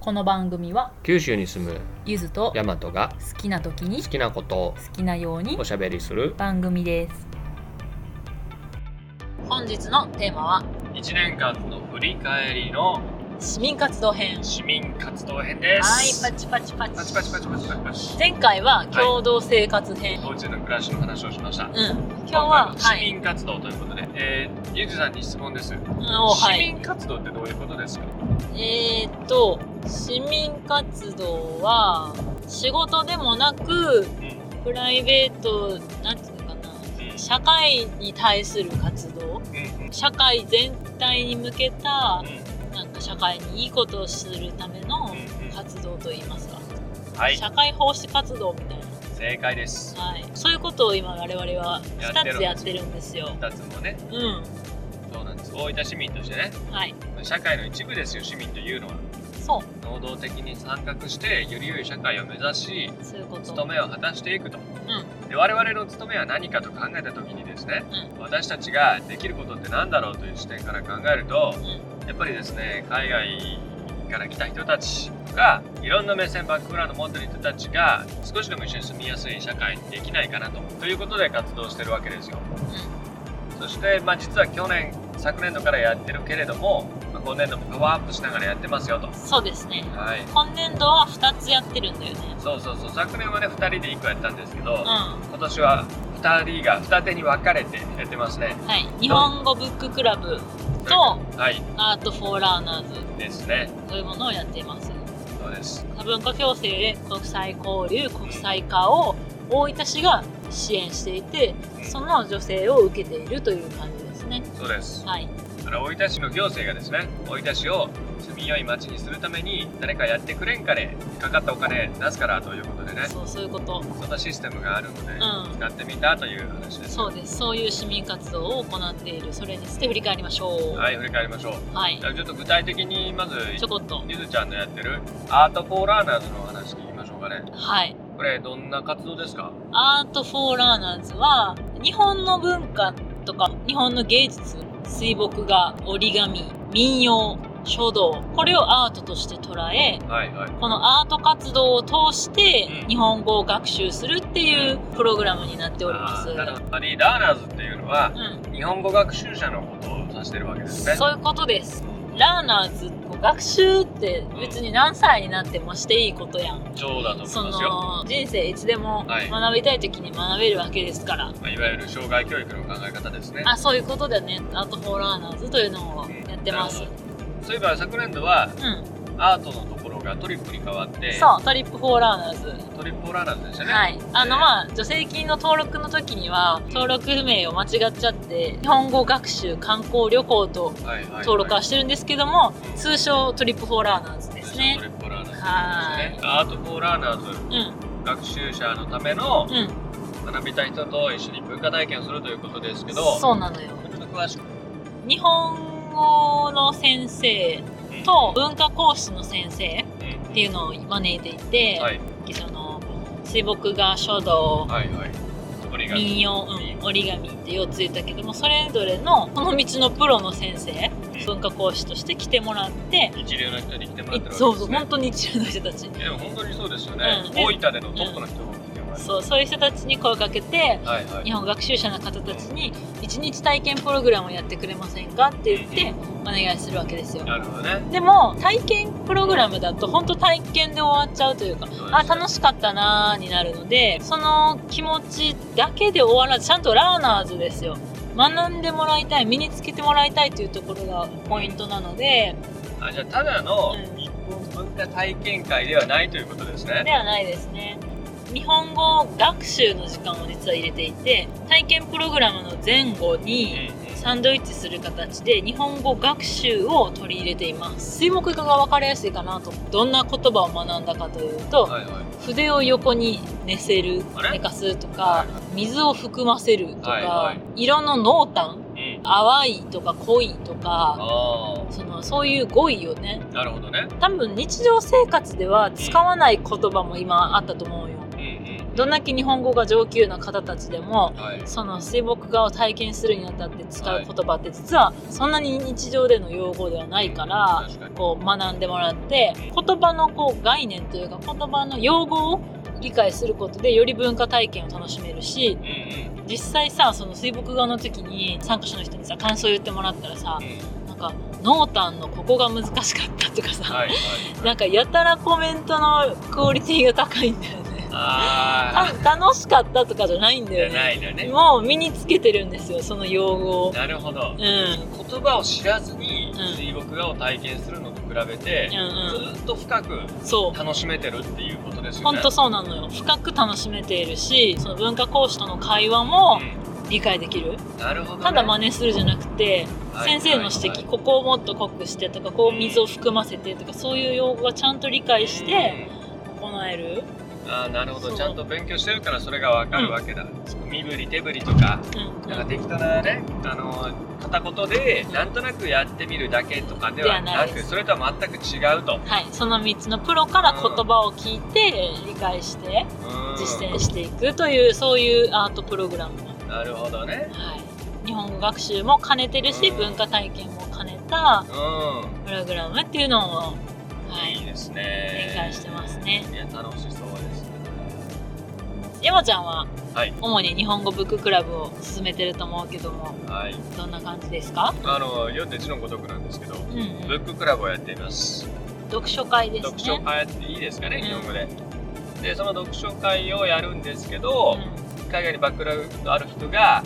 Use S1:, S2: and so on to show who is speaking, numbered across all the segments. S1: この番組は
S2: 九州に住む
S1: ゆずと
S2: ヤマトが
S1: 好きな時に
S2: 好
S1: 好
S2: きなことを
S1: きなように
S2: おしゃべりする
S1: 番組です本日のテーマは
S2: 1年間の振り返りの
S1: 市民活動編
S2: 市民活動編
S1: は
S2: で
S1: いパチパチパチ
S2: パチパチパチパチパチパチ
S1: 前回は共同生活編、
S2: おうちの暮らしの話をしました
S1: うん今日は
S2: 今回
S1: は
S2: 市
S1: い、
S2: 民活動ということで、えーゆずさんに質問です、
S1: うんおは
S2: 市
S1: い、
S2: 民活動ってどういうことですか
S1: えーっと市民活動は仕事でもなく
S2: うん
S1: プライベートなんていうのかな社会に対する活動
S2: うんうん
S1: 社会全体に向けた
S2: うん
S1: なんか社会にいいことをするための
S2: うんうん
S1: 活動といいますか、
S2: はい
S1: 社会奉仕活動みたいな、
S2: 正解です
S1: はい、そういうことを今我々は
S2: やってる
S1: 2つやってるんですよ。
S2: 2つもね
S1: うん
S2: そうなんです大分市民としてね
S1: はい、
S2: 社会の一部ですよ市民というのは
S1: そ
S2: 能動的に参画してより良い社会を目指し
S1: うそういうこと。
S2: 務めを果たしていくと、
S1: う
S2: で我々の務めは何かと考えた時にですね、私たちができることって何だろうという視点から考えると
S1: う
S2: やっぱりですね海外から来た人たちがいろんな目線バックグラウンド持ってる人たちが少しでも一緒に住みやすい社会にできないかなとということで活動してるわけですよそして、まあ、実は去年昨年度からやってるけれども、まあ今年度もパワーアップしながらやってますよと
S1: うん、そうですね。
S2: はい
S1: 今年度は2つやってるんだよね。
S2: そうそうそう昨年はね2人で1個やったんですけ
S1: う
S2: ど、
S1: ん、は
S2: 今年は2人が二手に分かれてやってますね
S1: い、日本語ブッククラブと
S2: はい
S1: アートフォーラーナーズ
S2: ですね
S1: というものをやっています。
S2: そうです
S1: 多文化共生で国際交流国際化を大分市が支援していてその助成を受けているという感じですね
S2: そうです
S1: はい
S2: だから大分市の行政がですね大分市を住みよい町にするために誰かやってくれんかねかかったお金出すからということでね
S1: そうそういうこと
S2: そんなシステムがあるので、
S1: うん
S2: 使ってみたという話です
S1: そうですそういう市民活動を行っているそれについて振り返りましょう、
S2: はいい振り返りましょう
S1: はい
S2: じゃあちょっと具体的にまず
S1: ちょこっと
S2: ゆずちゃんのやってるアートフォーラーナーズの話聞きましょうかね
S1: はい
S2: これどんな活動ですか
S1: アートフォーラーナーズは日本の文化とか日本の芸術水墨画折り紙民謡書道これをアートとして捉え
S2: はいはい
S1: このアート活動を通して
S2: うん
S1: 日本語を学習するっていうプログラムになっております。
S2: あーなるほどアリーラーナーズっていうのは
S1: う
S2: 日本語学習者のことを指してるわけで
S1: ん、
S2: すね
S1: そういうことです。ラーナーズ学習って別に何歳になってもしていいことやん。
S2: そうだと
S1: そ
S2: 思いますよ、
S1: の人生いつでも
S2: はい
S1: 学びたい時に学べるわけですから。
S2: まあ、いわゆる障害教育の考え方ですね
S1: あ、そういうことだね。アートフォーラーナーズというのをやってます。
S2: なるほどそういえば昨年度は
S1: うん、
S2: アートのところがトリップに変わって
S1: そう、トリップフォーラーナーズ。
S2: トリップフォーラーナーズでしたね
S1: はい、あのまあ助成金の登録の時には登録名を間違っちゃって日本語学習観光旅行と
S2: はいはいはい
S1: 登録はしてるんですけども
S2: うん
S1: 通称トリップ・フォーラーナーズです
S2: ト
S1: ね
S2: リップフォーラーナーズですね
S1: はい
S2: アートフォーラーナーズ
S1: うん
S2: 学習者のための
S1: うん
S2: 学びたい人と一緒に文化体験をするということですけど
S1: そうなのよ
S2: ちょっと詳しく、
S1: 日本語の先生
S2: うん
S1: と文化講師の先生
S2: うん
S1: っていうのを招いていて、
S2: はい
S1: その水墨画書道
S2: はいはいこれが
S1: 民謡、うん、折り紙って4つ言ったけどもそれぞれのこの道のプロの先生文化講師として来てもらって
S2: 一流の人に来てもら
S1: い
S2: ってるわけです、ね、
S1: そうそう本当に一流の人たち
S2: いやでも本当にそうですよね、
S1: うん
S2: 大分でのトップの人も来てもらって
S1: そうそういう人たちに声かけて
S2: はいは
S1: 日
S2: い
S1: 本語学習者の方たちに一日体験プログラムをやってくれませんかって言ってお願いするわけですよ
S2: なるほどね
S1: でも体験プログラムだと本当体験で終わっちゃうというかあ楽
S2: し
S1: しかったなーになるのでその気持ちだけで終わらずちゃんとラーナーズですよ学んでもらいたい身につけてもらいたいというところがポイントなので
S2: あじゃあただの
S1: うん
S2: 日本文化体験会ではないということですね
S1: ではないですね日本語学習の時間を実は入れていて体験プログラムの前後に
S2: うんうん
S1: サンドイッチする形で日本語学習を取り入れています水墨画が分かりやすいかなとどんな言葉を学んだかというと
S2: はいはい
S1: 筆を横に寝せる
S2: あれ
S1: 寝かすと
S2: は
S1: か水を含ませるとか、
S2: はいはい
S1: 色の濃淡
S2: うん
S1: 淡いとか濃いとか
S2: あ
S1: そのそういう語彙をね
S2: あなるほどね
S1: 多分日常生活では使わない言葉も今あったと思うよ
S2: うんうん
S1: どんだけ日本語が上級な方たちでも
S2: はい
S1: その水墨画を体験するにあたって使う言葉って実はそんなに日常での用語ではないから
S2: 確かに
S1: こう学んでもらって言葉のこう概念というか言葉の用語を理解することでより文化体験を楽しめるし
S2: うん
S1: 実際さその水墨画の時に参加者の人にさ感想言ってもらったらさ
S2: うんうん
S1: なんか濃淡のここが難しかったとかさ、
S2: はいはい
S1: なんかやたらコメントのクオリティが高いんだよね
S2: あ
S1: た楽しかったとかじゃないん
S2: ー
S1: だ
S2: じ
S1: よ
S2: ゃ
S1: ね
S2: ないのね
S1: もう身につけてるんですよその用語を
S2: なるほ
S1: うんうん
S2: ど言葉を知らずに
S1: うん
S2: 水墨画を体験するのと比べて
S1: うん
S2: ずっと深く
S1: そう
S2: 楽しめてるっていうことですよ
S1: ほ
S2: ね
S1: んとそうなのよ深く楽しめているしその文化講師との会話も理解できる
S2: うんなるほどね
S1: ただ真似するじゃなくて
S2: はい
S1: 先生の指摘、
S2: はいはい
S1: ここをもっと濃くしてとかこう水を含ませてとかそういう用語がちゃんと理解して行える
S2: あーなるほ
S1: そ
S2: ど
S1: う
S2: ちゃんと勉強してるからそれがわかるわけだ、身振り手振りとか
S1: うん
S2: なんか適当なねあの片言でなんとなくやってみるだけとかでは
S1: ではな
S2: ない
S1: で
S2: く
S1: す
S2: それとは全く違うと
S1: はい、その3つのプロから言葉を聞いて理解して
S2: うん
S1: 実践していくというそういうアートプログラム、は
S2: なるほどね
S1: い、日本語学習も兼ねてるし
S2: うん
S1: 文化体験も兼ねた
S2: う
S1: プログラムっていうのを、は
S2: んいい
S1: い、
S2: ですね
S1: 展開してますね
S2: いや楽しそうですね
S1: 山ちゃんは
S2: はい
S1: 主に日本語ブッククラブを進めてると思うけども
S2: はい
S1: どんな感じですか、
S2: あの読んで字のごとくなんですけど
S1: うんうん
S2: ブッククラブをやっています
S1: 読書会ですね
S2: 読書会っていいですかね
S1: うん
S2: 日本語ででその読書会をやるんですけど、海外にバックグラウンドある人が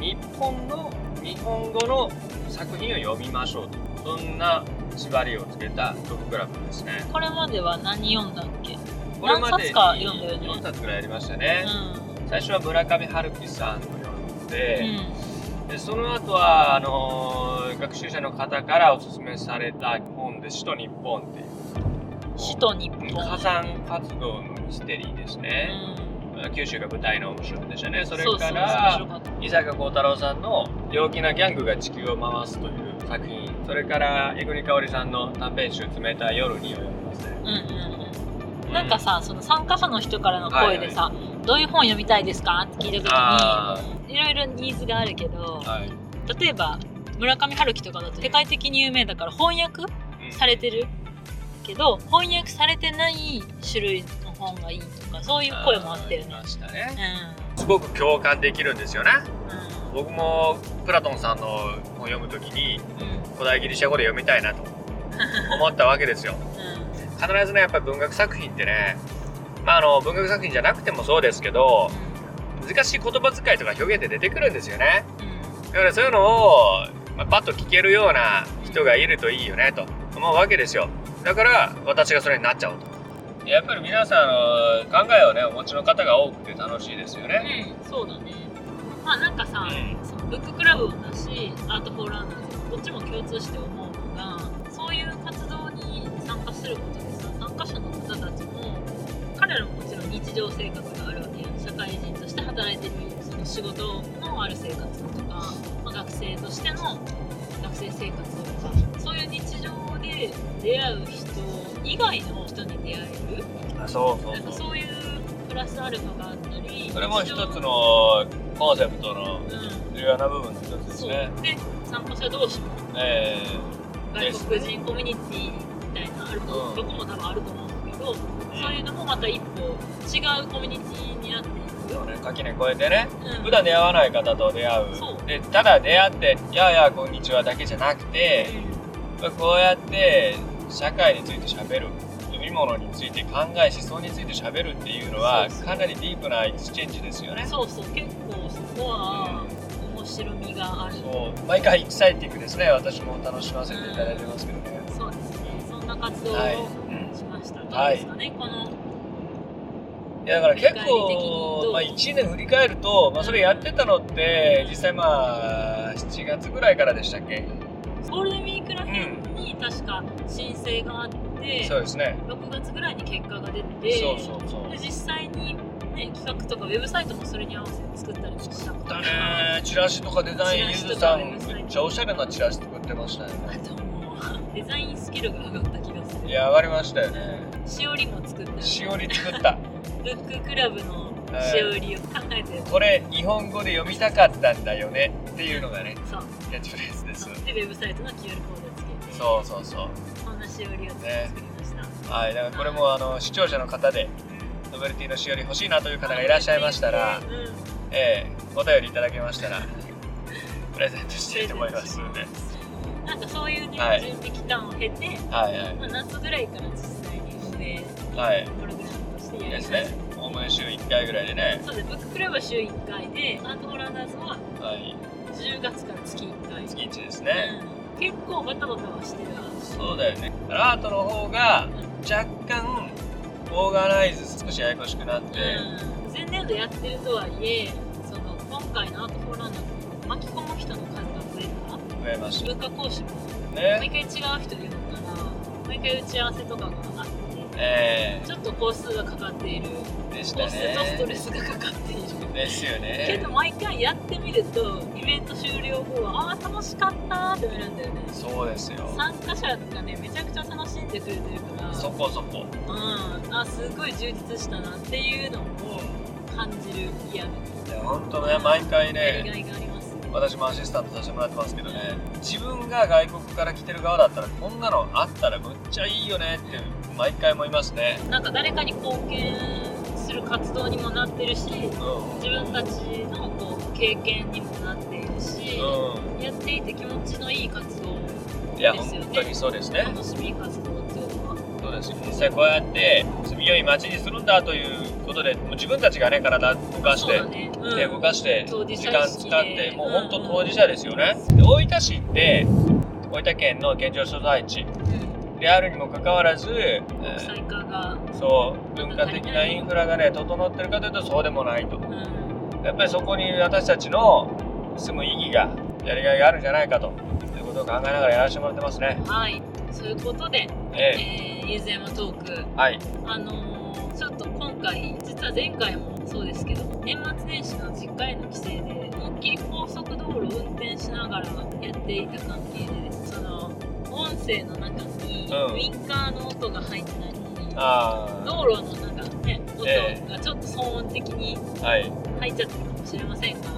S2: 日本の日本語の作品を読みましょうとそんな縛りをつけたトップクラブですね
S1: うん、これまでは何読んだっけ、
S2: これまで
S1: 何冊
S2: に
S1: か読んだよね
S2: 4冊ぐらいやりましたね、
S1: う
S2: 最初は村上春樹さんを読ん
S1: ん
S2: で,、でその後はあのー学習者の方からおすすめされた本で「死と日本」っていう
S1: うん、首都日本、
S2: 火山活動のミステリーですね、
S1: う
S2: 九州が舞台の面白いでしたね
S1: ん、
S2: それから
S1: そうそうそう面白かった
S2: 伊坂幸太郎さんの「陽気なギャングが地球を回す」という作品それから江国香織さんの短編集「冷たい夜に」を読みますね
S1: うんうんうんなんかさ、その参加者の人からの声でさ、どういう本読みたいですかって聞いた
S2: あ
S1: 時にいろいろニーズがあるけど
S2: ーはい
S1: 例えば村上春樹とかだと世界的に有名だから翻訳されてるけど翻訳されてない種類の本がいいとかそういう声もあったよね
S2: ーりましたねすごく共感できるんですよね
S1: う
S2: 僕もプラトンさんの本を読むときに
S1: んうん
S2: 古代ギリシャ語で読みた いなと思ったわけですよ
S1: う
S2: 必ずねやっぱり文学作品ってねまああの文学作品じゃなくてもそうですけど難しい言葉遣いとか表現って出てくるんですよね
S1: んうん
S2: だからそういうのを、まあ、パッと聞けるような人がいるといいよねと思うわけですよだから私がそれになっちゃうとやっぱり皆さんあの考えをねお持ちの方が多くて楽しいですよね
S1: うんそうだねまあなんかさ、
S2: う
S1: そのブッククラブもだしアートフォーランナーズもどっちも共通して思うのがそういう活動に参加することでさ参加者の方たちも彼らももちろん日常生活があるわけやん社会人として働いてるその仕事のある生活とか、まあ学生としての学生生活とかそういう日常で出会う人以外の人に出会える
S2: あそう
S1: なんかそういうプラスアルファがあったり
S2: それも一つ
S1: 日常
S2: のコンセプト
S1: う
S2: の
S1: ん
S2: 重要な部分の一つです
S1: そう
S2: ね
S1: で参加者同士も
S2: え
S1: 外国人コミュニティみたいなのあると、
S2: うん
S1: どこも多分あると思うんだけど、そういうのもまた一歩違うコミュニティになっていく
S2: ー、そうね垣根越えてね
S1: うん
S2: 普段出会わない方と出会う
S1: そう
S2: でただ出会って「やあやあこんにちは」だけじゃなくて、こうやって社会について喋る読み物について考え思想について喋るっていうのは
S1: そうそう
S2: かなりディープなエクスチェンジですよ
S1: う
S2: ね
S1: んそうそう結構そこは面白みがある
S2: そう毎回エキサイティングですね私も楽しませていただいてますけどね、
S1: そうですねそんな活動を
S2: はい
S1: しました、
S2: は
S1: どうで
S2: い
S1: すかねこの
S2: いやだから結
S1: 振り返り的にど
S2: 構、
S1: う
S2: まあ、1年振り返ると、まあ、それやってたのって実際まあ7月ぐらいからでしたっけ
S1: ゴールデンウィークらへんに確か申請があって、
S2: そうですね
S1: 6月ぐらいに結果が出て
S2: そうそうそう
S1: で実際に、ね、企画とかウェブサイトもそれに合わせて作ったりもしたか
S2: だ
S1: ら
S2: ねチラシとかデザインゆ
S1: チラシ
S2: ず
S1: と
S2: さ
S1: か
S2: ん
S1: デザイン
S2: めっちゃおしゃれなチラシ作ってましたよ
S1: あ
S2: ね
S1: ともうデザインスキルが上がった気がする
S2: いや上がりましたよね
S1: しおりも作ったよね
S2: しおり作った
S1: ブッククラブのしおりを考えてる
S2: これ日本語で読みたかったんだよねっていうのがね
S1: そう
S2: キャッチフレーズです
S1: でウェブサイトの QR コードをつけて
S2: そうそうそう
S1: こんなしおりを作
S2: ね
S1: りました、
S2: はいだからこれもあの視聴者の方でノベルティのしおり欲しいなという方がいらっしゃいましたら
S1: う、ん、
S2: ええお便りいただけましたらプレゼントしたいと思いますので
S1: なんかそういうね、
S2: はい
S1: 準備期間を経て、
S2: はいはい
S1: まあ、夏ぐらいから実際に運営
S2: はい
S1: プログラムとして
S2: いい
S1: や
S2: で
S1: り
S2: す
S1: ま
S2: ね
S1: す
S2: お前週1回ぐらいでね
S1: そうですブッククラブは週1回でアートホランダーズは
S2: はい
S1: 10月から月1回、
S2: 月1ですね、
S1: うん、結構バタバタはしてる
S2: そうだよねアートの方が若干オーガナイズ少しややこしくなって、
S1: うん、前年度やってるとはいえその今回のアートフォーランドも巻き込む人の数が増えた
S2: 増えまし
S1: 文化講師も
S2: た
S1: 毎
S2: ね
S1: 回違う人いるから毎回打ち合わせとかがあって
S2: え
S1: ちょっと工数がかかっている
S2: えでし
S1: 工
S2: た
S1: 数とストレ
S2: ね
S1: スがかかっている
S2: ですよ
S1: け
S2: ね
S1: ど毎回やってみるとイベント終了後はあー楽しかったーってなるんだよね
S2: そうですよ
S1: 参加者がねめちゃくちゃ楽しんでくれてるから
S2: そこそこ
S1: うんあすごい充実したなっていうのを感じるリアル
S2: いや本当ね毎回
S1: やり
S2: ね
S1: がいがありますね
S2: 私もアシスタントさせてもらってますけどね自分が外国から来てる側だったらこんなのあったらむっちゃいいよねって毎回思いますね
S1: なんか誰かに貢献する活動にもなってるし
S2: うん
S1: 自分たちのこう経験にもなっているし、
S2: う
S1: やっていて気持ちのいい活動
S2: んいや
S1: ですよね
S2: 本当にそうですね
S1: 楽しみ活動っていうのは
S2: そうです実際こうやって住みよい街にするんだということでもう自分たちがね体動かし
S1: そう
S2: て
S1: だね、う
S2: 手動かして
S1: 当事
S2: 時
S1: 者
S2: 間
S1: 意識
S2: 使
S1: で
S2: ってもう本当
S1: うん
S2: 当事者ですよねで大分市って大分県の現状所在地
S1: うん
S2: であるにもかかわらず、えー
S1: 国際化が、
S2: そう文化的なインフラがね整ってるかというとそうでもないと
S1: うん
S2: やっぱりそこに私たちの住む意義がやりがいがあるんじゃないかということを考えながらやらせてもらってますね
S1: はいそういうことで、
S2: ええ
S1: えー、ゆずやまトーク
S2: はい
S1: あのーちょっと今回実は前回もそうですけど年末年始の実家への帰省で思いっきり高速道路を運転しながらやっていた関係でその音声の中に
S2: うん
S1: ウインカーの音が入ったり、
S2: あ
S1: 道路の中のね
S2: ええ
S1: 音がちょっと騒音的に
S2: あはい
S1: 入っちゃってるかもしれませんが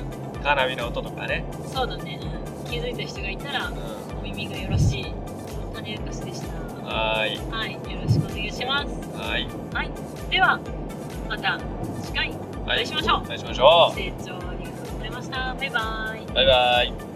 S2: カーナビの音とかね、
S1: そうだねうん気づいた人がいたら
S2: うん、
S1: お耳がよろしい種明かしでした
S2: はーい
S1: はいよろしくお願いします
S2: はーい
S1: はいではまた次回お
S2: は
S1: 会
S2: い
S1: いしましょう
S2: お会いしましょ
S1: 成長ありがとうございました。バイバイ。
S2: うバイバイ